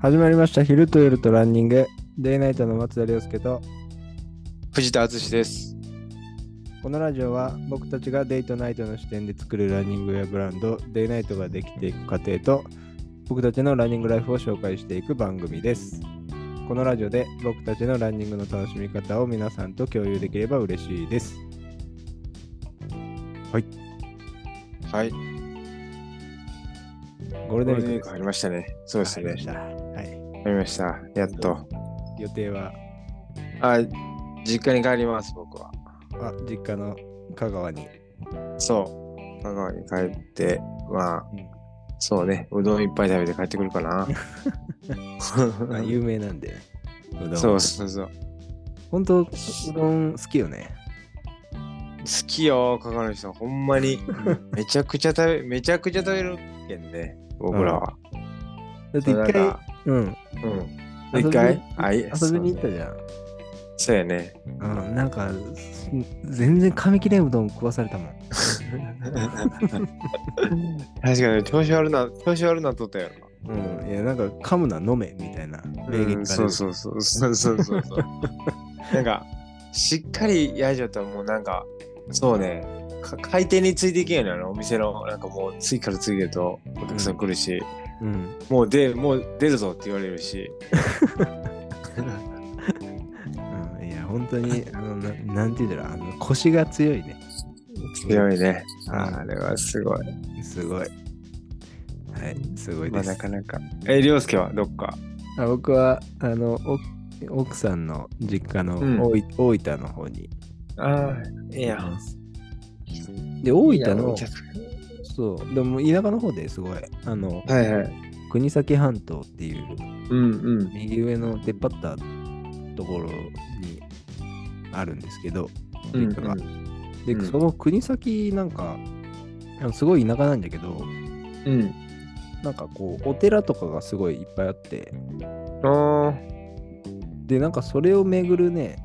始まりました昼と夜とランニングデイナイトの松田亮介と藤田敦です。このラジオは僕たちがデイとナイトの視点で作るランニングウェアブランドデイナイトができていく過程と僕たちのランニングライフを紹介していく番組ですこのラジオで僕たちのランニングの楽しみ方を皆さんと共有できれば嬉しいですはい。ゴールデンウィゴールデンウィーークク入りましたね。そうですね入。りましたはい入りました。やっと。予定はあ、実家に帰ります、僕は。あ実家の香川にそう。香川に帰って、まあうん、そうね、うどんいっぱい食べて帰ってくる かな。あ有名なんでうどんそうそうそう。本当うどん好きよね好きよ、香川の人。ほんまに。めちゃくちゃ食べ、 めちゃくちゃ食べるけんね、僕らは。だって一そうな回んかうんうん。一回あい遊びに行ったじゃんそうやね。うん、なんか、す全然噛み切れんうどん食わされたもん。確かに調子悪な、調子悪なっとったやろな。うん、いや、なんか噛むな、飲めみたいな。礼儀聞かれるそうそうそうそうそうそう そうなんかしっかりやりちゃったらもうなんかそうねか回転についていけんよねあのお店のなんかもう次から次へとお客さん来るし、うん。もうでもう出るぞって言われる しうん、いや、本当に、あの、ななんて言うんだろう、あの、腰が強いね。強いねあれはすごい、すごい。はい、すごいまあ、です。なかなかえ涼介はどっかあ、僕は、あの、お奥さんの実家のうん大,、大分の方にああいいやんで、大分の、いいそう、でも田舎の方ですごい、あの、やんはいはい国東半島っていううんうん右上の出っ張ったところにあるんですけど、うん実家がで、うんその国先なんか、あのすごい田舎なんだけど、うんなんかこう、お寺とかがすごいいっぱいあって、あで、なんかそれを巡るね、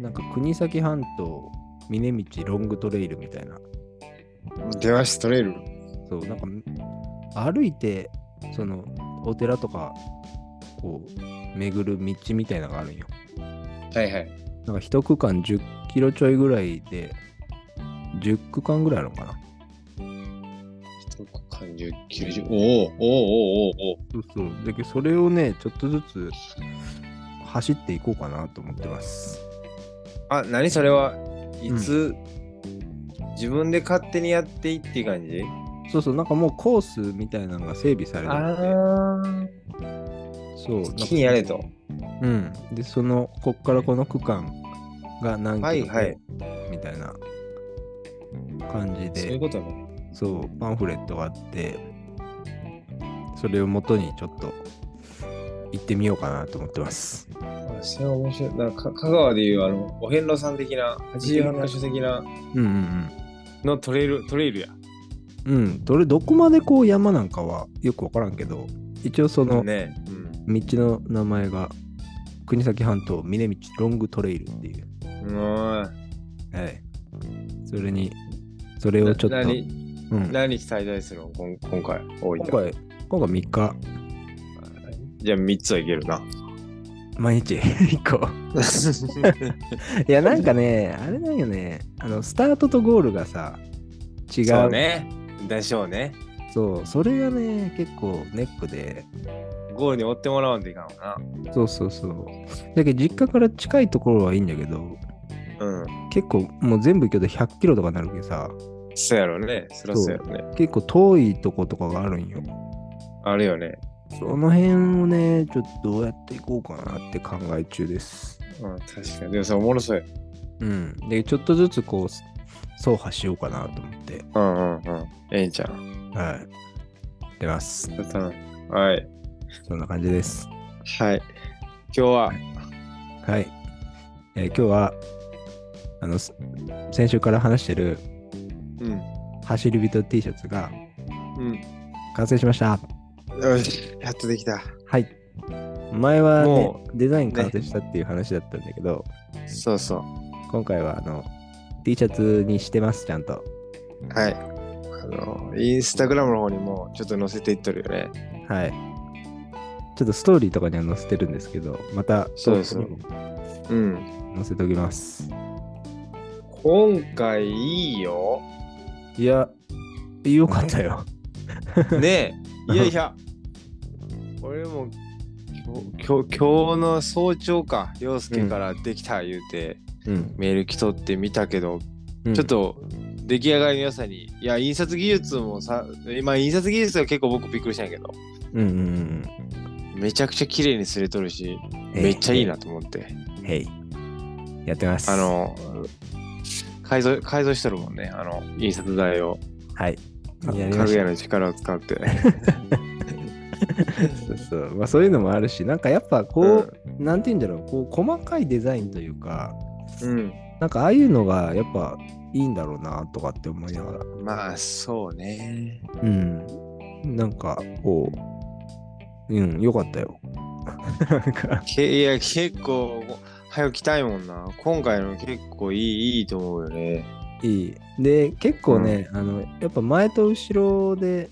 なんか国先半島、峰道ロングトレイルみたいな、ー出ました取れるそう、なんか歩いて、そのお寺とか、こう、巡る道みたいなのがあるんよ。はいはいなんか一区間10キロちょいぐらいで、10区間ぐらいあるのかな。一区間10キロ以上おーおーおーおーおーそうそう。だけど、それをね、ちょっとずつ走っていこうかなと思ってます。あ何それはいつ、自分で勝手にやっていいっていう感じそうそう、なんかもうコースみたいなのが整備されてて、そう。なん好かきにやれとうん。で、その、こっからこの区間が何はキいロはいみたいな感じそういで、うことねそう、パンフレットがあって、それを元にちょっと行ってみようかなと思ってます。あそれは面白いなんかか香川でいうあのお遍路さん的な88箇所的なうんうんのトレイルトレイルやうん。うん、どれどこまでこう山なんかはよく分からんけど、一応その道ね、うんの名前が国東半島峰道ロングトレイルっていう。うわーはい。それに、それをちょっと、なうん、何今何滞在するのこん今回多い回、今回3日、じゃあ3つはいけるな毎日 1個。いや、なんかね、あれなんよね、あの、スタートとゴールがさ、 違う。そうねでしょうねそう、それがね、結構ネックで、ゴールに追ってもらわんといかんわそうそうそう。だけど実家から近いところはいいんだけど、なうん結構もう全部行けど100キロとかになるけどさそうやろね。そりゃそうやろね。結構遠いとことかがあるんよあるよね。その辺をねちょっとどうやっていこうかなって考え中ですうん、確かに。でもさ、おもろそうや。うんでちょっとずつこう走破しようかなと思ってうんうんうん。ええんちゃん。はい出ますやったなはい。そんな感じですはい。今日は、はい、えー今日はあのす先週から話してるうん。走り人 T シャツがうん。完成しましたよし、やっとできた。はい前は、ねも、デザイン完成したっていう話だったんだけど、そうそう。今回はあの T シャツにしてますちゃんとはい。あの、インスタグラムの方にもちょっと載せていっとるよね。はいちょっとストーリーとかには載せてるんですけど、また、そうです投稿にもうん。載せておきます。今回いい よ。いや、よかったよ。ねえ。いやい や。俺も今日今日今日の早朝か、陽介からできた言うて、うん。メール来とってみたけど、うんちょっ、と出来上がりの良さに、いや、印刷技術もさ、今、印刷技術は結構僕びっくりしたんやけど、うんうんうんめちゃくちゃ綺麗にすれとるし、うん。めっちゃいいなと思って。へい。へい。やってます。あ、の、改造、改造してるもんね、あの、印刷台を、はい。かやりまかぐしやの力を 使って。たそうそう。まあ、そういうのもあるし、なんかやっぱこう、なんて言うんだろう、こう、細かいデザインというか、うん。なんかああいうのがやっぱいいんだろうなとかって思いながら。まあ、そうね。うん。なんか、こう、うん、よかったよ。なんか、けいや、結構、早く来たいもんな。今回の結構いい、いいと思うよね。いい。で、結構ね、あの、やっぱ前と後ろで、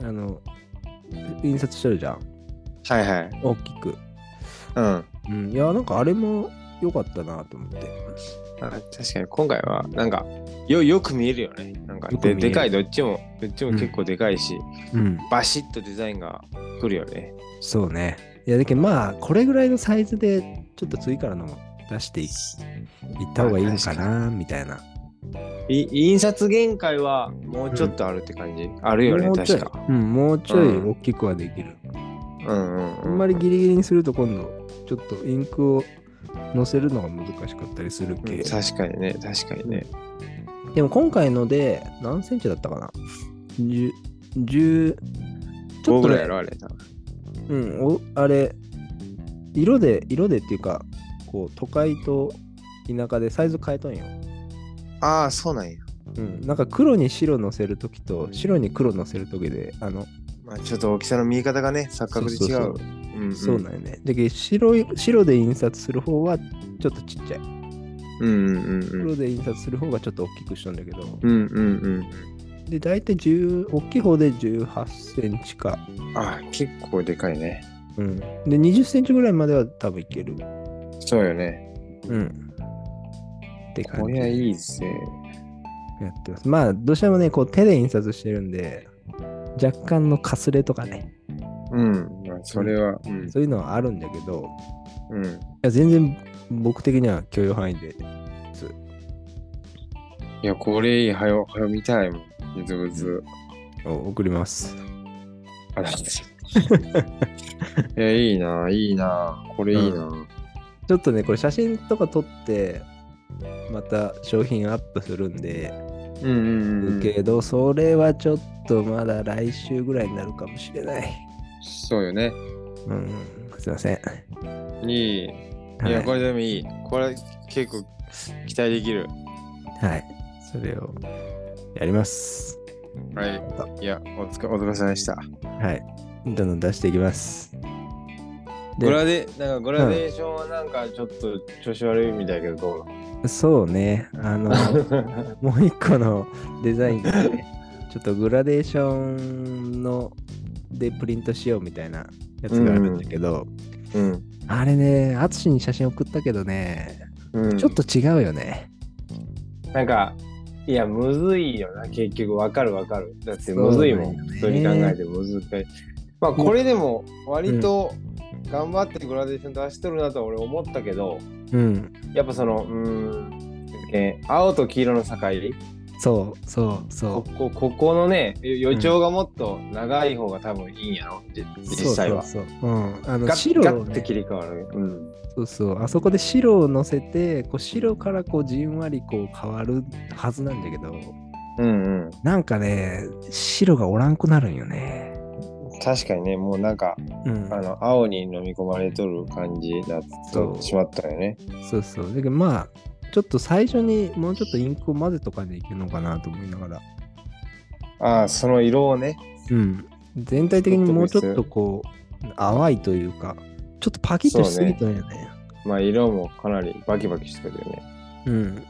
あの、印刷してるじゃん。はいはい。大きく。うん。うん。いや、なんかあれも良かったなと思って。あ確かに今回はなんかよよく見えるよねなんかよく見えでるでかいどっちもどっちもうん結構でかいし、うん。バシッとデザインがくるよねそうね。いや、だけどまあ、これぐらいのサイズで、ちょっと次からのも出していいった方がいいのかな、みたいな。い印刷限界はもうちょっとあるって感じ、あるよねもうちょ確いか、うん、もうちょいうん大きくはできる。うんうん、うあん、んまりギリギリにすると今度ちょっとインクを載せるのが難しかったりするうけ、ん確かにね確かにねでも今回ので何センチだったかな10 10ちょっと5ぐらいやね、ろあれ多分うん、おあれ色で色でっていうかこう都会と田舎でサイズ変えとんよ、ああそうなんや、うん、なんか黒に白乗せるときと白に黒乗せるときであのまあ、ちょっと大きさの見え方がね錯覚で違そううそううんうんそうなんよね、だけど白い白で印刷する方はちょっとちっちゃいうんうんうんうん黒で印刷する方がちょっと大きくしたんだけど、うんうんで大体10大きい方で18センチか、うんあー結構でかいねうん、で20センチぐらいまでは多分いける、そうよねうん、って感こじりゃでいいぜやってますまあどうしてもねこう手で印刷してるんで若干のかすれとかねうん、まあ、それは、うん、そういうのはあるんだけどうん。いや全然僕的には許容範囲でいや、これいい、はよ、はよ見たいもん。実物。お送りますあらい や、いいな、いいな、これいいな。ちょっとねこれ写真とか撮ってまた商品アップするんで、うん、うん、うん。けどそれはちょっとまだ来週ぐらいになるかもしれないそうよね。うん、すいません。いい。いはや、いこれでもいい。これ結構期待できる。はい。それをやります。はい。いや、お疲れ、お疲れ様でした。はい。どんどん出していきます。でグラデ、なんかグラデーションはなんかちょっと調子悪いみたいだけど、どうそうね。あ の、なもう一個のデザインがね、ちょっとグラデーションのでプリントしようみたいなやつがあるんだけど、うん。あれね、淳に写真送ったけどね、うん、ちょっと違うよね。なんか、いや、むずいよな、結局、わかるわかる。だって、そうなんよねむずいもん、普通に考えてむずい。まあ、これでも、割と、頑張ってグラデーション出しとるなと俺思ったけど、うん。やっぱその、うーん、えー青と黄色の境そうそうこそこ、ここのね、予兆がもっと長い方が多分いいんやろ、じう。実際は。そうそうそう。うん。あの、ガッ白ガをッねて切り替わる。うん。そうそう、あそこで白を乗せて、こう白からこうじんわりこう変わるはずなんだけど、うんうん。なんかね、白がおらんくなるんよね。確かにね、もうなんか、うんあ。の、青に飲み込まれとる感じになっそうてしまったよね。そうそう。だけどまあ、ちょっと最初にもうちょっとインクを混ぜとかでいけるのかなと思いながら、ああ、その色をね。うん。全体的にもうちょっとこう、淡いというか、ちょっとパキッとしすぎたんよね。まあ色もかなりバキバキしてるよね。うん。だ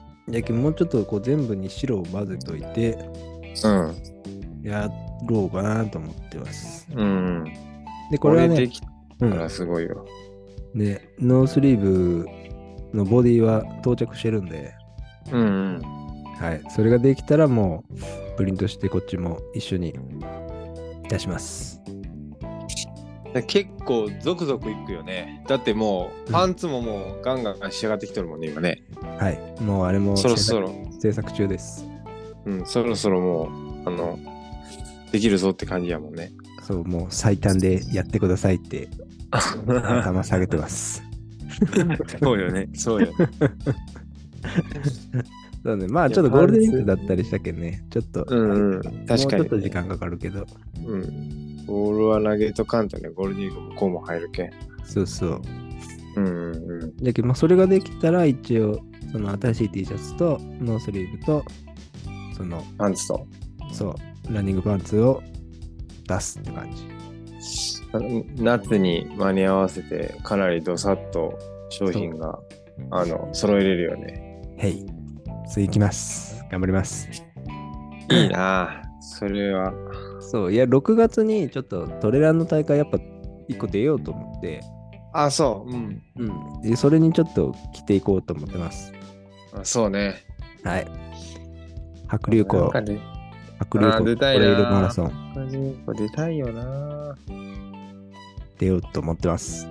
けどもうちょっとこう全部に白を混ぜといて、うん。やろうかなと思ってます。うん。で、これはでね、きうたんら、すごいよ。で、ノースリーブのボディは到着してるんで、うんうん。はい、それができたらもう、プリントしてこっちも一緒に出します。結構ゾクゾクいくよね。だってもうう、パンツももうガンガン仕上がってきてるもんね、今ね。はい、もうあれもそろ制そ作ろ、制作中です。うん、そろそろもう、あの、できるぞって感じやもん ね。そう、もう最短でやってくださいって頭下げてます。そうよね。そうよ。 そうね、まあちょっとゴールデンウィークだったりしたけどね、ちょっと、うんうん。確かもうちょにっ。と時間かかるけど、うん。ボールは投げとかんとね、ゴールデンウィークもこうも入るけん。そうそう。うんうんうん。だけど、まあ、それができたら一応、その新しい T シャツと、ノースリーブと、その、パンツと。そう、ランニングパンツを出すって感じ。夏に間に合わせて、かなりどさっと商品が、あの、揃えれるよね。へい。次行きます。頑張ります。いいなあそれは。 そう、いや、6月にちょっとトレランの大会やっぱ1個出ようと思って、あ、そう。うん。うん。で、それにちょっと着ていこうと思ってます。あそうね。はい。白竜なん湖、かね白竜あー湖出トたいなレイルマラソン。個人個出たいよな。出ようと思ってます。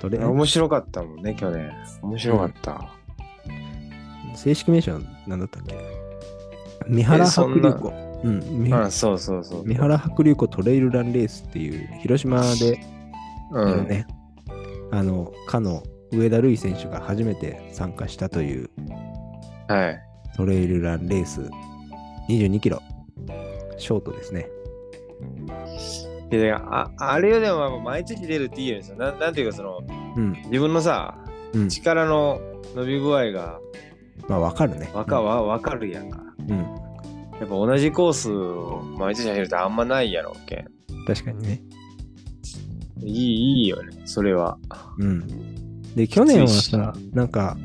トレ面白かったもんね、去年。面白かった。正式名称なんだったっけ三原え白そん竜な湖。うん、みあ、そうそうそう。三原白竜湖トレイルランレースっていう広島でうあのん。ね、あのかの上田瑠唯選手が初めて参加したというはい。トレイルランレース22キロショートですねで、ああれよでもやっぱ毎月出るっていいよね。そのなんなんていうか、その、うん自分のさ、うん力の伸び具合がまあわかるねわか,、わわかるやんか。うんやっぱ同じコースを毎日走るってあんまないやろうけん。確かにねいい、いいよね、それは。うんで去年はきついしさなんか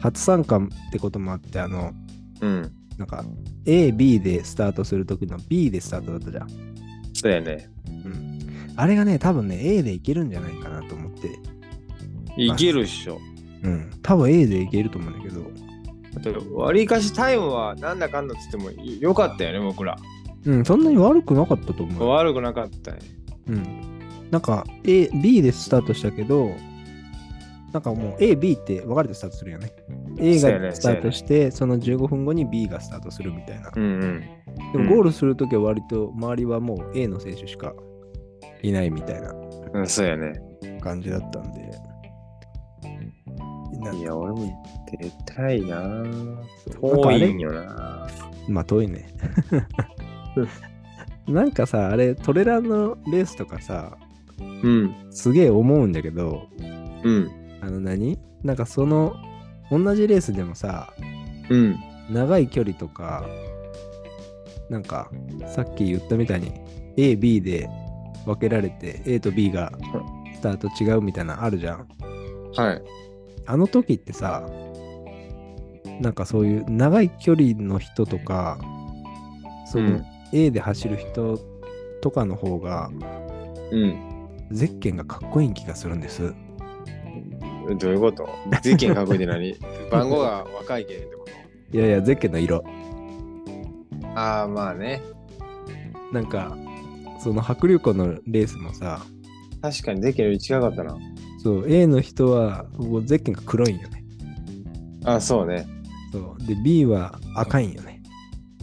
初参加ってこともあってあのうん。なんか AB でスタートするときの B でスタートだったじゃんそうやね。うんあれがね、多分ね、A でいけるんじゃないかなと思って。いけるっしょ。うん。多分 A でいけると思うんだけど。あと、わりかしタイムはなんだかんだっつってもよかったよね、僕ら。うん、そんなに悪くなかったと思うよ。悪くなかったね。うん。なんか、A、B でスタートしたけど、なんかもう A、B って分かれてスタートするよね。A そうやねがスタートして、その15分後に B がスタートするみたいな。うんうん。でもゴールするときは割と周りはもう A の選手しかいないみたいなうん、そうやね。感じだったんで。なんいや、俺も出たいなぁそうなんか遠あれいんよなぁまあ遠いね。なんかさ、あれ、トレランのレースとかさ、うん。すげえ思うんだけど、うん。あの何なんかその、同じレースでもさ、うん。長い距離とか、なんか、さっき言ったみたいに、A、B で分けられて、A と B がスタート違うみたいなのあるじゃん。はい。あの時ってさ、なんかそういう長い距離の人とか、その、うん。 A で走る人とかの方がうん。ゼッケンがかっこいい気がするんです。どういうこと税金かっこいいって 何番号が若いけんってこいやいや、ゼッケンの色。とああ、まあね。なんか、その白竜湖のレースもさ、確かに税金より近かったな。そう、A の人はもうゼッケンが黒いんよね。あそうね。そう。で、B は赤いんよね。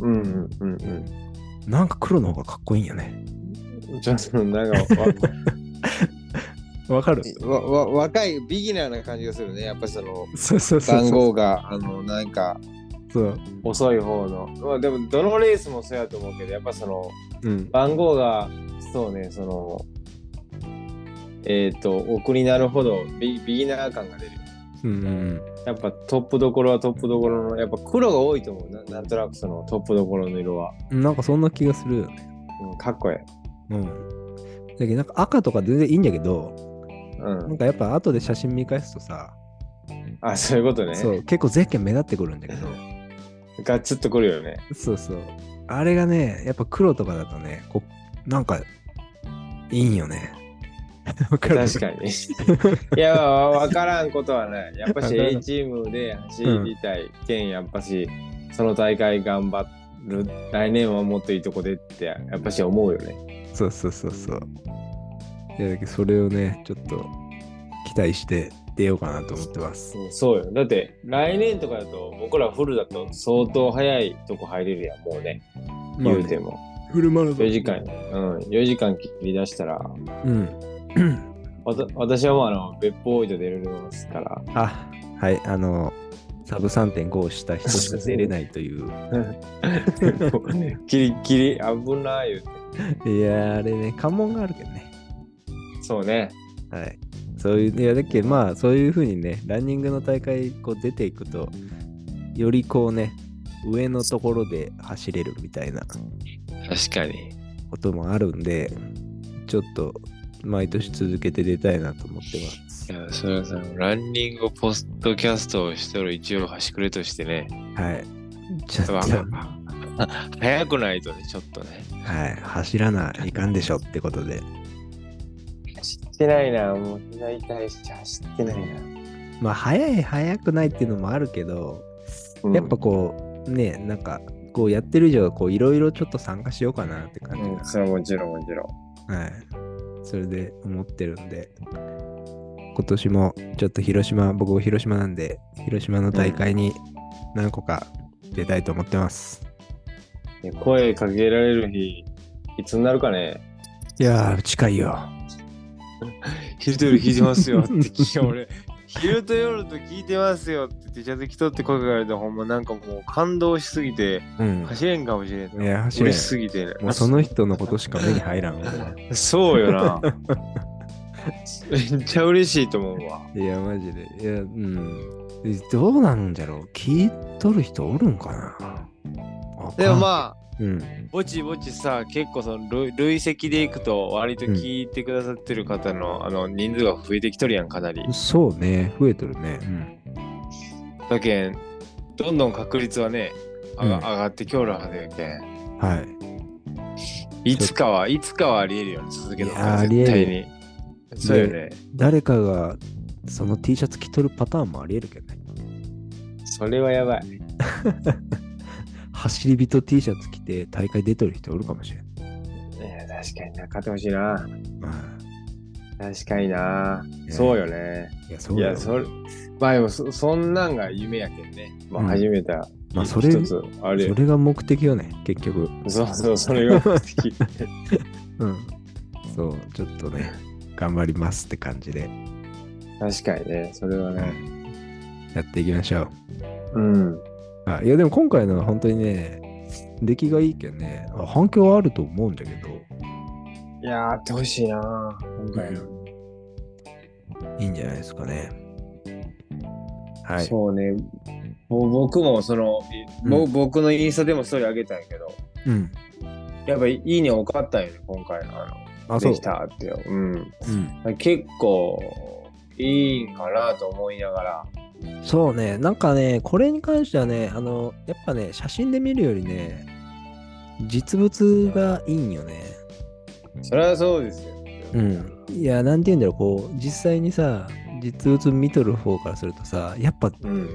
うんうんうんなんか黒の方がかっこいいんよね。うん。ちょっとなんかわかるわ わわ若いビギナーな感じがするね。やっぱそのそうそうそうそう。番号があのなんかそう。遅い方の。まあでもどのレースもそうやと思うけど、やっぱそのうん。番号がそうねそのえっ、と奥になるほどビビギナー感が出るうんうんやっぱトップどころはトップどころのやっぱ黒が多いと思うななんとなくそのトップどころの色は、うん。なんかそんな気がするよね。うん、かっこいい、うん。だけどなんか赤とか全然いいんだけど、うなんん、かやっぱ後で写真見返すとさ、あそういうことねそう結構ゼッケン目立ってくるんだけど、ガツッとくるよねそうそう。あれがね、やっぱ黒とかだとね、こうなんか、いいんよね。 わかる。確かに。いや、わからんことはない。やっぱしわからん A チームで走りたい、兼やっぱし、その大会頑張る、来年はもっといいとこでって、やっぱし思うよね。そうそうそうそう。いやだけどそれをね、ちょっと期待して出ようかなと思ってます。うんそうよ。だって、来年とかだと、僕らフルだと相当早いとこ入れるやん、もうね、まあ言うても。フルマラソン。 4時間、うん、4時間切り出したら、うん。わた私はもうあの、別府大井戸出れま すから、 あ、はい、あの、サブ3.5をした人しか出れないと いう。キリキリ危ない言うて。いやー、あれね、関門があるけどね。そうね。はい。そういう、いや、だけどまあ、そういうふうにね、ランニングの大会、こう出ていくと、よりこうね、上のところで走れるみたいな確かに。こともあるんで、ちょっと、毎年続けて出たいなと思ってますい。や、それはさ、ランニングポストキャストをしとる一応端くれとしてね、はい。ちょっと、わは 早くないとね、ちょっとね。い。走らないかんでしょってことで。走ってないな、もう膝痛いし、走ってないな。まあ、早い、早くないっていうのもあるけど、やっぱこう、ね、なんか、こうやってる以上、こう、いろいろちょっと参加しようかなって感じが、うん、それはもちろんもちろん。はい。それで思ってるんで、今年もちょっと広島、僕も広島なんで、広島の大会に何個か出たいと思ってます。ね声かけられる日、いつになるかね。いやー、近いよ。昼と夜聞いてますよって 聞い俺、昼と夜と聞いてますよってティシャツ着とって声かけられて、ほんまなんかもう感動しすぎて、うん。走れんかもしれん。いや、走れん嬉しすぎてね。もうその人のことしか目に入らん。俺はそうよ な。めっちゃ嬉しいと思うわ。いや、マジで。いや、うん。えどうなんじゃろう聞いとる人おるんかなでもあ。まうん。あ、 ぼちぼちさ、結構その累累積でいくと、割と聞いてくださってる方の、あの人数が増えてきとるやん、かなり。そうね、増えてるね。うん。だけん、どんどん確率はね、あがうん上がってきょるはずやけん。はい。いつかは、いつかはありえるよね、続けたいやらーありえ絶る対に。そうよね。誰かがその T シャツ着とるパターンもありえるけどね。それはやばい。走り人 T シャツ着て大会出とる人おるかもしれん。ね確かにな、勝ってほしいな。ま確かにな。あそうよ。よね。いや、そういだよや、それ、まあでもそ、そんなんが夢やけんね。まあ、うん初めて、まあそれ一つ、あれそよ。れが目的よね、結局。そうそう、それが 好き。うん。そう、ちょっとね、頑張りますって感じで確かにね、それはね。やっていきましょう。うん。あいや、でも今回のは本当にね、出来がいいけんね、あ反響はあると思うんだけど、いやー、あってほしいな。今回の。いいんじゃないですかね。はい。そうね。もう僕も、その、うんもう僕のインスタでもストーリーあげたんやけど、うん。やっぱいいね多かったんよね、今回の。あのあ、そうでき。たってよ。うん。うん、結構、いいんかなと思いながら。そうね、なんかね、これに関してはね、あの、やっぱね、写真で見るよりね、実物がいいんよね。それはそうですよ。うん。いや、なんて言うんだろう、こう、実際にさ、実物見とる方からするとさ、やっぱうん。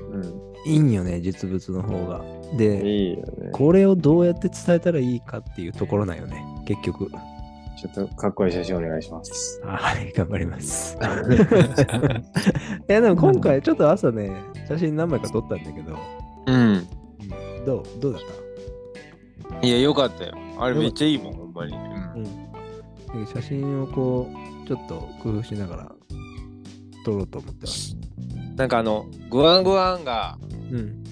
いいんよね、実物の方が。うでん。、いいよね。これをどうやって伝えたらいいかっていうところなんよね、結局。ちょっとかっこいい写真お願いします。はい、頑張ります。いや、でも今回ちょっと朝ね、写真何枚か撮ったんだけど、 うん。どうどうだったいや、よかったよ。あよかっれためっちゃいいもん、ほんまに。うんうん、写真をこうちょっと工夫しながら撮ろうと思ってます。なんかあの、グワングワンがうん。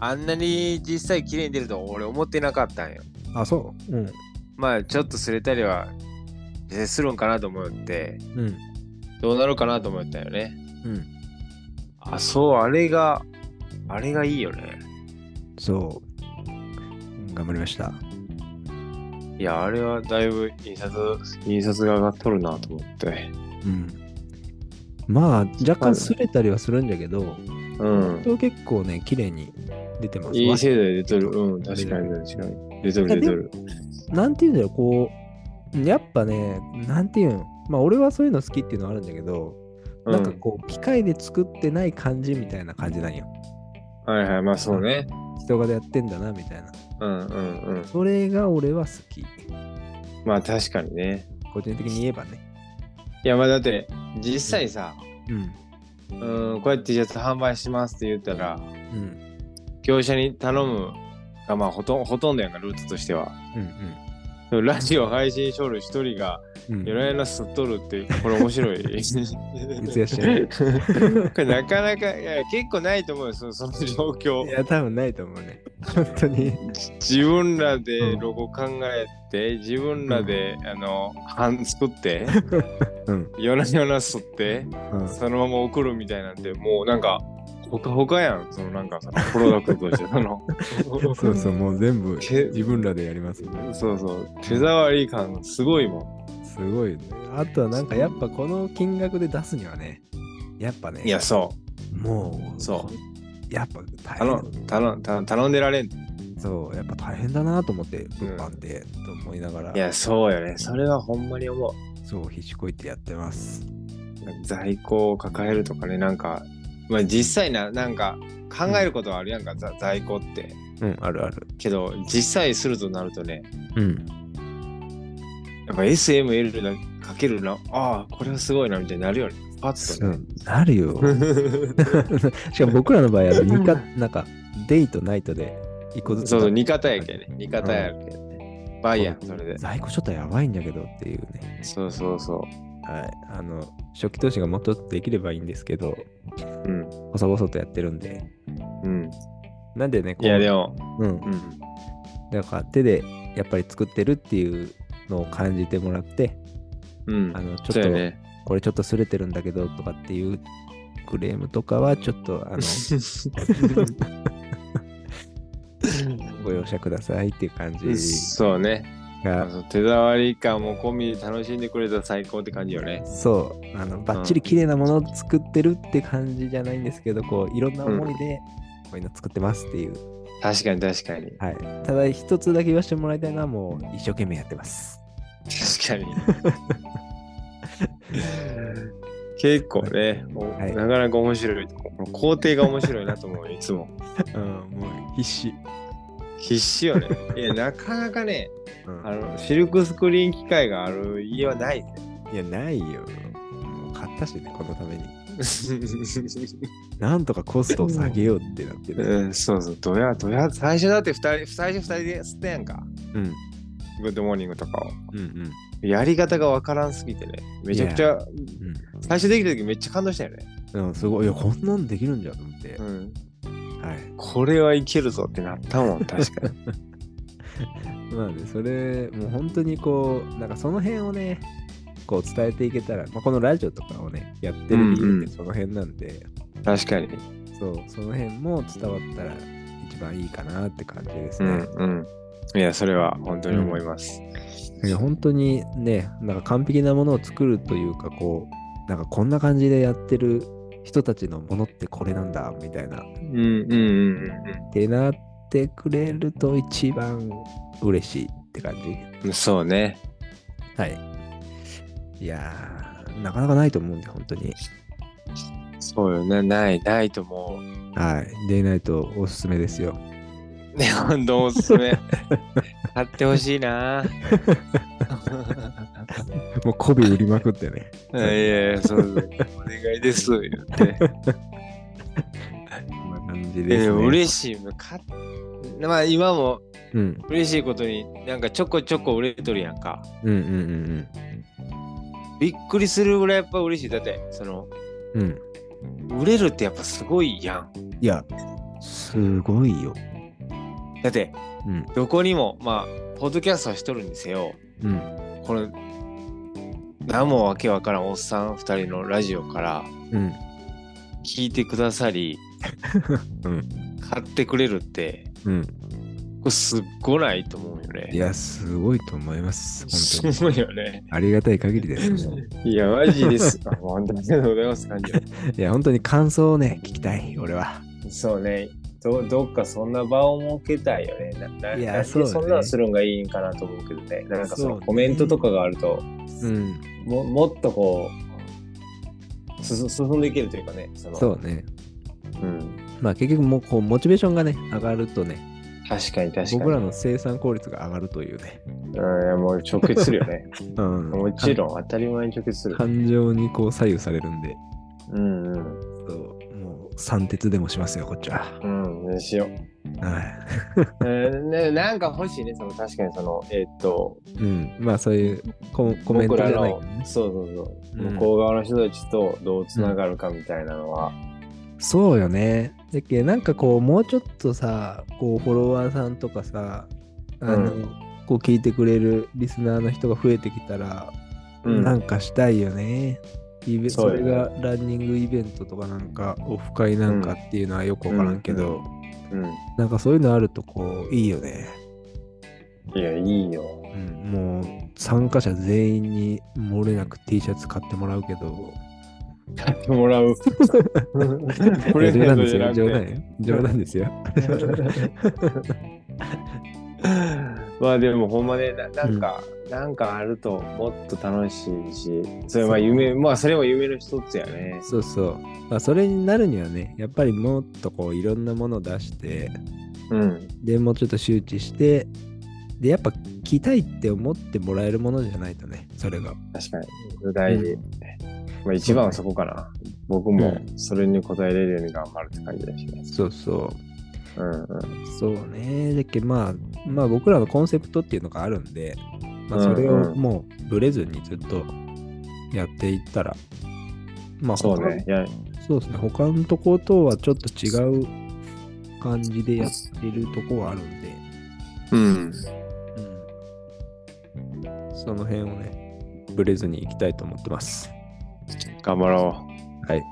あんなに実際綺麗に出ると俺思ってなかったんよ。あ、そう。うん。まあ、ちょっとすれたりはえーするんかなと思って、うん。どうなるかなと思ったよね。うん。あ、そう、あれが、あれがいいよね。そう。頑張りました。いや、あれはだいぶ印刷、印刷が上がっとるなと思って。うん。まあ、若干擦れたりはするんだけど、うん。結構ね、綺麗に出てますわ。いい精度で出とる。うん、確かに確かに。出とる出とる。なんていうんだろう、こう、やっぱね、なんていうん、まあ俺はそういうの好きっていうのはあるんだけど、うなんかこう機械で作ってない感じみたいな感じなんよはいはい、まあそうね。人がやってんだなみたいなうんうんうん。それが俺は好きまあ確かにね。個人的に言えばねいやまあだって、実際さ、うんうん、こうやって T シャツ販売しますって言ったら、うん業者に頼むがまあほとんほとんどやんか、ルーツとしては。うんでもラジオ配信書類一人が、うんよらやらすっとるって、これ面白い。やしてる これなかなか、いや結構ないと思うよ、そのその状 況い。や多分ないと思うね本当に自分らでロゴ考えて、自分らで、あの版作ってうん夜な夜な吸ってうんそのまま送るみたいなんてもうなんかほかほかやんそのなんかさプロダクトとしてそのそうそうもう全部け自分らでやりますもんねそうそう手触り感すごいもんすごいねあとはなんかやっぱこの金額で出すにはねやっぱねいやそもうそうやっぱう大変頼ん頼ん頼ん頼んでられんいそうやっぱ大変だなと思って物販って、と思いながらやそうよねそれはほんまに思うそうひしこいてやってます在庫を抱えるとかねなんかまあ実際ななんか考えることはあるやんか、ざ在庫ってうんあるあるけど実際するとなるとねうんやっぱ SML だかけるなああこれはすごいなみたいになるよねパッとね、なる よ しかも僕らの場合は二かなんかデイとナイトで一個ずつそうそう、二方やけんね。二方やけんね。バイヤー、それで。在庫ちょっとやばいんだけどっていうねそうそうそはいあの初期投資がもっとできればいいんですけどう。うん。細々とやってるんでうん。なんでねこういや、でも、うんうん。だから手でやっぱり作ってるっていうのを感じてもらってうんあ。のちそょうっと、やね。これちょっと擦れてるんだけどとかっていうクレームとかはちょっとあの ご容赦くださいっていう感じそうね。あがの手触り感も込みで楽しんでくれたら最高って感じよね。そうあのバッチリ綺麗なものを作ってるって感じじゃないんですけどこういろんな思いでこういうの作ってますっていう、確かに確かに。はい、ただ一つだけ言わせてもらいたいのはもう一生懸命やってます確か に。結構ね、いなかなか面白い。この工程が面白いなと思うよ、いつも。 うんもう必死、必死よね。いや、なかなかね、うんあの、シルクスクリーン機械がある家はないね。いやないよもう買ったしねこのためになんとかコストを下げようってなってね、うん、そうそう、どや、どや、最初だって二人、最初二人で吸ってやんか。うん、うんグッドモーニングとかを。うんやり方がわからんすぎてね。めちゃくちゃ、最初できた時めっちゃ感動したよね。うんうんすごいいやこんなんできるんじゃんと思って、うん。はいこれはいけるぞってなったもん、確かに。まあね、それ、もう本当にこう、なんかその辺をね、こう伝えていけたら、まあ、このラジオとかをね、やってる理う由んうっんてその辺なんで、 確かに。そう、その辺も伝わったら一番いいかなって感じですうね。ん、うん。いや、それは本当に思います。いや本当にね、なんか完璧なものを作るというか、こう、なんかこんな感じでやってる人たちのものってこれなんだ、みたいな、っうん、うん、うん、うんてなってくれると一番嬉しいって感じ。うん。そうね。はい。いやー、なかなかないと思うんで、本当に。そうよね。ない、ないと思う。はい。デイナイトおすすめですよ。ね、本当おすすめ。買ってほしい な。もう媚び売りまくってね。いやいや、そうそう。お願いです。言って。こんな感じいやで、ですもね。嬉しい。かまあ今もうん。嬉しいことになんかちょこちょこ売れとるやんか。うんうんうんびっくりするぐらいやっぱ嬉しい。だってそのうん。うん。売れるってやっぱすごいやん。いや、すごいよ。だってうん。どこにもまあポッドキャストはしとるにせようん。この何もわけわからんおっさん2人のラジオからうん。聞いてくださり、 うん買ってくれるってうん。これすっごないと思うよいね。や、すごいと思います。す本当に。ごいよね。ありがたい限りです、ね。いや、マジです。 あ本当にありがとうございます。感じいや、本当に感想をね、聞きたい、俺は。そうね。どどっかそんな場を設けたいよね。なないやなんでそうだねそんなのするんがいいんかなと思うけどね。なんかそそうのねコメントとかがあると、うん、ももっとこうすす、進んでいけるというかね。そのそうね。うん、まあ結局もうこうモチベーションがね、上がるとね、確かに確かに。僕らの生産効率が上がるというね。うんいや、もう直結するよ ね。うん、もちろん当たり前に直結する。感情にこう左右されるんで、うんうん。そうもう三鉄でもしますよ、こっちは。うん、ねしよう。はえーね、なんか欲しいね、その確かにその、えーっと、い。うん、まあそういうココメントじゃないけど僕らねの、そうそうそう、うん向こう側の人たちとどうつながるかみたいなのは、そうよね。だっけなんかこうもうちょっとさこうフォロワーさんとかさあの、うんこう聞いてくれるリスナーの人が増えてきたら、うんなんかしたいよね。イベそそうよれねがランニングイベントとかなんかオフ会なんかっていうのはよくわからんけど、うん、なんかそういうのあるとこういいよね。いや、いいよ。うん、もう参加者全員に漏れなく T シャツ買ってもらうけど。買って もらう。プレいや冗ゼン談ですトじゃよ。な冗談くてよ。冗談ですよ。 まあでもほんまねななんか、なんかあるともっと楽しいしそれは夢まあそれは夢の一つやねそうそう。まあ、それになるにはね、やっぱりもっとこういろんなものを出して、うんでもうちょっと周知して、で、やっぱ着たいって思ってもらえるものじゃないとね、それが。確かにそれ大事、まあ一番はそこかな僕もそれに応えれるように頑張るって感じだしねそうそう。うんうんそうね。だっけまあ、まあ僕らのコンセプトっていうのがあるんで、まあそれうんをうんもうブレずにずっとやっていったら、まあそうねいや他のそうですね。他のとことはちょっと違う感じでやってるとこはあるんで、うんうんその辺をね、ブレずに行きたいと思ってます。頑張ろはい。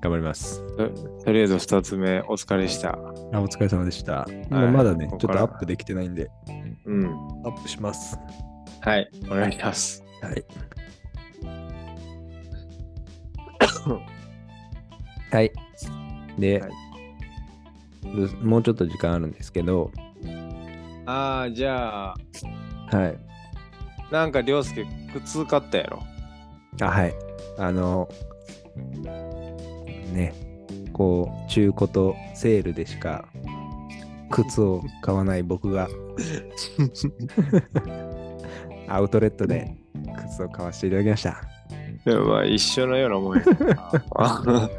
頑張ります。うととりあえず2つ目お疲れしたあお疲れ様でした。今まだね、ちょこっことからアップできてないんで、うんアップします。はいお願いします はい。はい。で、はいどうすもうちょっと時間あるんですけど、ああじゃあはい。なんか涼介靴買ったや ろあ、はい。あの、ね、こう、中古とセールでしか靴を買わない僕が、アウトレットで靴を買わせていただきました。でもまあ一緒のようなもんやな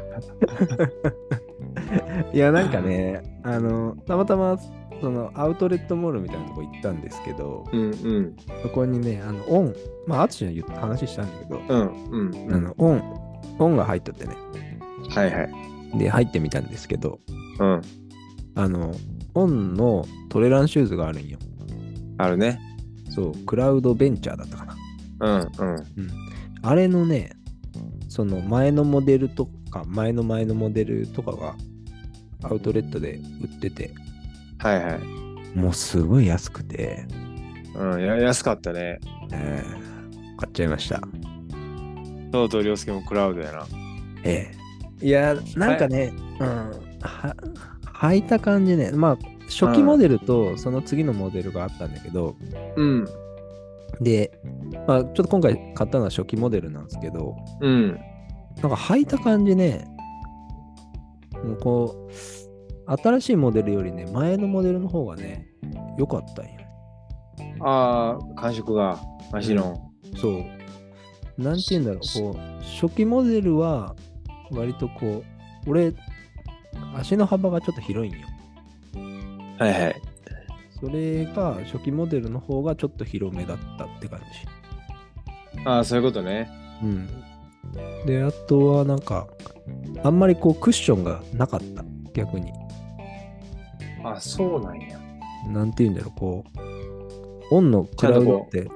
いや、なんかね、あの、たまたま、そのアウトレットモールみたいなとこ行ったんですけど、 うんうんそこにね、あの、オン、まあ、淳には言った話したんだけど、うんうんあの、オン、オンが入っとってね、はいはいで、入ってみたんですけど、うんあの、オンのトレランシューズがあるんよ。あるねそう、クラウドベンチャーだったかな。うんうんあれのね、その前のモデルとか、前の前のモデルとかがアウトレットで売ってて、はいはいもうすごい安くて、うんや安かったねえー買っちゃいました。とうとう涼介もクラウドやなええいや、なんかね、うん、は履いた感じね、まあ、初期モデルとその次のモデルがあったんだけど、うんで、まあ、ちょっと今回買ったのは初期モデルなんですけど、うんなんか履いた感じね、もうこう、新しいモデルよりね、前のモデルの方がね、良かったんよ。ああ感触がマシのそう。なんて言うんだろう、こう、初期モデルは、割とこう、俺、足の幅がちょっと広いんよ。はいはいそれが、初期モデルの方がちょっと広めだったって感じ。ああそういうことねうん。で、あとはなんか、あんまりこう、クッションがなかった、逆に。あそうなんやなんて言うんだろう、こう、オンのクラウドって、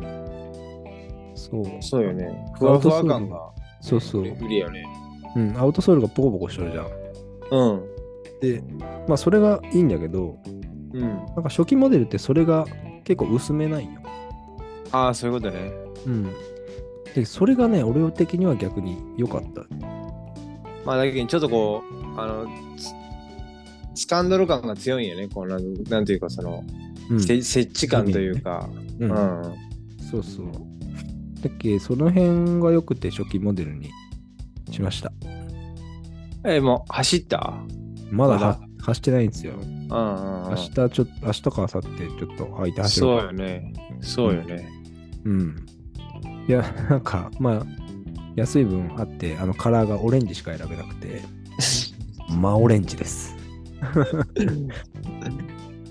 そう、そうよねふわふわ感がそうそう、売りやねうん、アウトソールがポコポコしとるじゃん。うんで、まあ、それがいいんだけど、うんなんか初期モデルってそれが結構薄めないんよ。ああそういうことねうん。で、それがね、俺的には逆に良かった。まあだけどちょっとこうあのつスカンドル感が強いんよね、こうなんなんていうか、その、うんせ設置感というか。ううんん。そうそう。だっけ、その辺が良くて初期モデルにしました。え、もう走ったまだはま走ってないんですよ。うんうんう明ん。日ちょっと、明日か明後日ちょっと空いて走ろそううかよね。そうよね。うん。いや、なんか、まあ、安い分あって、あのカラーがオレンジしか選べなくて、真オレンジです。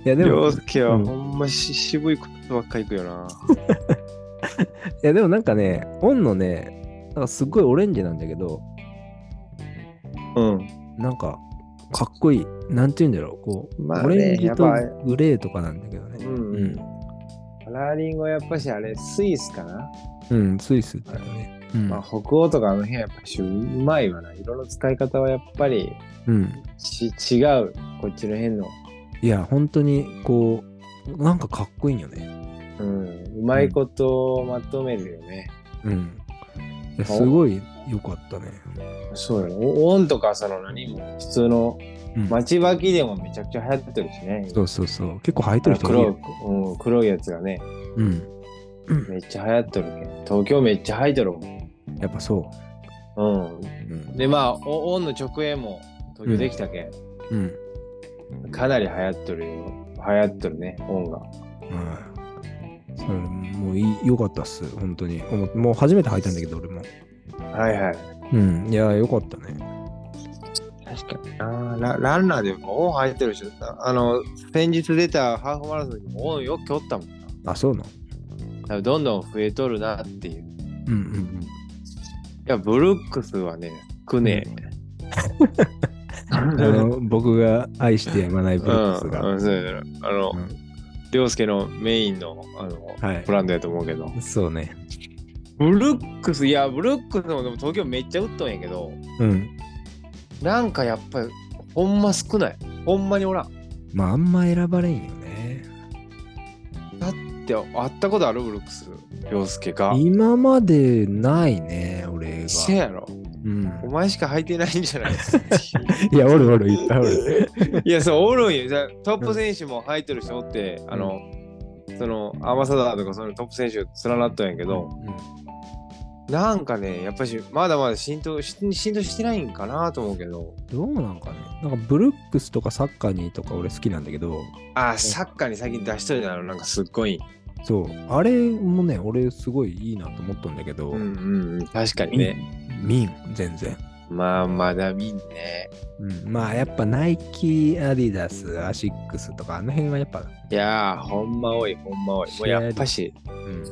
いや、でも、涼い介はうんほんまし渋いことばっかり行くよな。や、でもなんかね、オンのね、なんかすごいオレンジなんだけど、うん。なんか、かっこいい。なんて言うんだろう。こう、まあねオレンジやっとぱグレーとかなんだけどね。うんうん。カラーリングはやっぱしあれ、スイスかな、うん、スイスだよね。うん。まあ北欧とかあの辺はやっぱしうまいわな。色の使い方はやっぱりうん、し違う。こっちの辺の。いや、本当に、こう、なんかかっこいいんよね。うん。うまいことをまとめるよね。うん。いや、すごい良かったね。そうよ。オンとかその何も普通のうん街履きでもめちゃくちゃ流行ってるしね。そうそうそう。結構生えてる人多い黒よ。い、うん、黒いやつがね、うん。めっちゃ流行っとるけん。東京めっちゃ入っとるもん。やっぱそう。うん。うん。でまあおオンの直営も東京できたけん、うん。かなり流行っとるよ流行っとるねオンがはい。それもういい良かったっす、本当に。もうもう初めて履いたんだけど、俺も。はいはいうん。いや、良かったね。確かにあラランナーでもオン入ってるでしょああの先日出たハーフマラソンにもオンよくおったもんなあ、そうなのだからどんどん増えとるなっていういうんうんうん。やブルックスはねくねえ、 あの、僕が愛してやまないブルックスうん、が。うんそうやなあの、うん凌介のメインのあのはいブ。ランドやと思うけど、そうね。ブルックスいやブルックスもでも東京めっちゃ売っとんやけど、うん。なんかやっぱりほんま少ない。ほんまにおらん。まあ、あんま選ばれんよね。って会ったことあるブルックス、洋介が。今までないね、俺が。せやろ。うん、お前しか履いてないんじゃない いや、おるおる、いっぱいおる。いや、そう、おるんよ。じゃあトップ選手も履いてる人おって、あの、その、アンバサダーとかそういうのトップ選手連なったんやけど、なんかね、やっぱし、まだまだ浸透し浸透してないんかなと思うけど、どうなんかね。なんか、ブルックスとかサッカーにとか俺好きなんだけど、あー、サッカーに最近出しといたの、なんかすっごい。そう、あれもね、俺すごいいいなと思ったんだけど、うんうんうん、確かにね。ミン、全然。まあ、まだ見んね。うん、まあ、やっぱナイキ、アディダス、アシックスとか、あの辺はやっぱ、いやー、ほんま多い、ほんま多い。もうやっぱし、うん、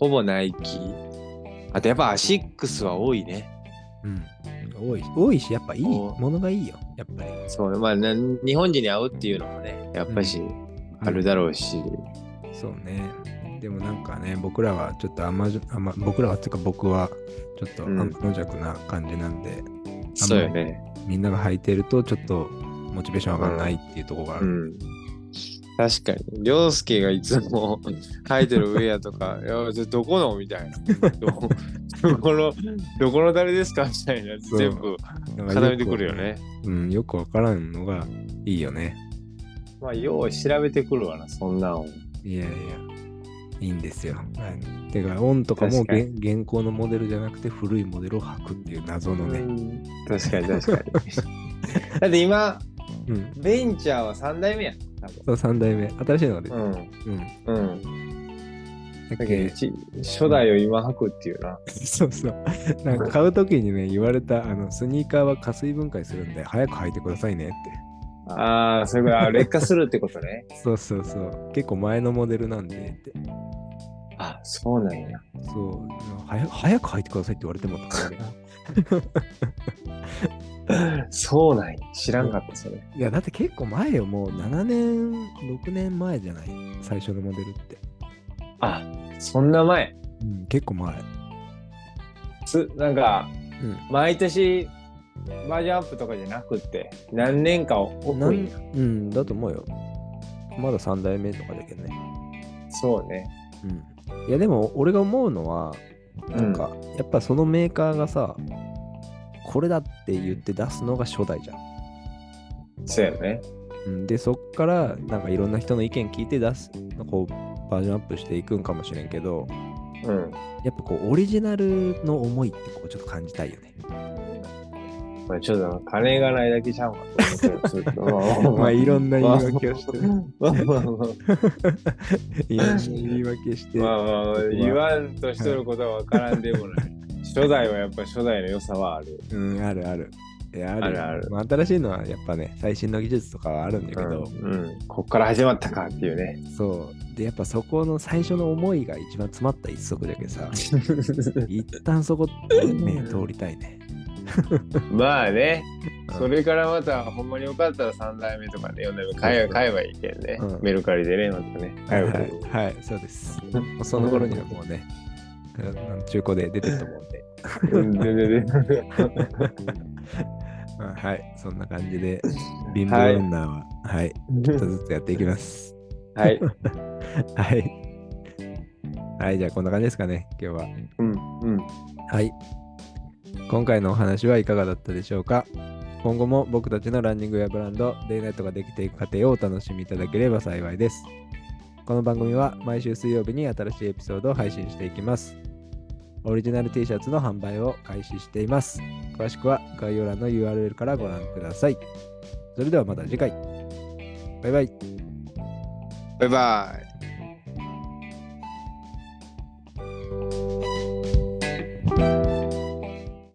ほぼナイキ。あとやっぱアシックスは多いね。うん、多い、多いし、やっぱいい、おものがいいよ、やっぱり。そう、まあ、な日本人に合うっていうのもね、やっぱし、あるだろうし。そうね。でもなんかね、僕らはちょっと甘じょ甘、僕らはっていうか僕はちょっとうん甘の弱な感じなんで、そうよね。みんなが履いてるとちょっとモチベーション上がらないっていうところがあうる。ん。確かに。凌介がいつも履いてるウェアと か、いや、じゃどこのみたいな。どどこの、どこの誰ですかみたいな、そう全部なんか固めてくるよね。く。うん、よくわからんのがいいよね。まあ、よう調べてくるわな、そんなんを。いやいや、いいんですよ。はい、てか、オンとかも確かげん現行のモデルじゃなくて古いモデルを履くっていう謎のね。確かに確 かに。だって今、うん。ベンチャーは3代目やん。そう、3代目。新しいのが出てうる。ん。うん。うん。だっだけけど、ち初代を今履くっていうな。そうそう。なんか買うときにね、言われた、あの、スニーカーは加水分解するんで、早く履いてくださいねっああ、それぐらい劣化するってことね。て。そうそうそう。結構前のモデルなんでって。 あそうなんや。そう。早早く履いてくださいって言われてもって感じそうなんや。知らんかった、それ。いや、だって結構前よ、もう7年、6年前じゃない最初のモデルって。あそんな前。うん、結構前。すなんか、うん毎年バージョンアップとかじゃなくって、何年か遅いんや。うん、だと思うよ。まだ3代目とかだけどね。そうね。うん。いや、でも、俺が思うのは、なんか、やっぱそのメーカーがさ、これだって言って出すのが初代じゃん。そうやね。うん、でそっからなんかいろんな人の意見聞いて出すこうバージョンアップしていくんかもしれんけどうん。やっぱこうオリジナルの思いってこうちょっと感じたいよね。まあ、ちょっと、金がないだけちゃうんかと思ってちょっと ままあいろんな言い訳をしてまあまあまあいろんな言い訳して。まあまあ、言わんとしとることはわからんでもない。初代はやっぱ初代の良さはある。うん、あるある。いやああるあるまあ、新しいのはやっぱね、最新の技術とかはあるんだけど、うん。こっから始まったかってい うね。そう。で、やっぱそこの最初の思いが一番詰まった一足だけ さ、一旦そこ、ね、通りたいね。まあね。それからまた、ほんまによかったら3代目とかね、4代目買えば買えばいいけんね。うんメルカリでね、またね。は買い、えはばいいい、はい、そうです。もうその頃にはもうね、うん中古で出てると思うんで、うん全然全然まあはい、そんな感じで、貧乏ランナーは、はい、ち ょっとずつやっていきます。はい。はい。はい、じゃあこんな感じですかね、今日は。うん。うん。はい。今回のお話はいかがだったでしょうか今後も僕たちのランニングやブランド、デイナイトができていく過程をお楽しみいただければ幸いです。この番組は毎週水曜日に新しいエピソードを配信していきます。オリジナル T シャツの販売を開始しています。詳しくは概要欄の URL からご覧ください。それではまた次回。バイバイ。バイバイ。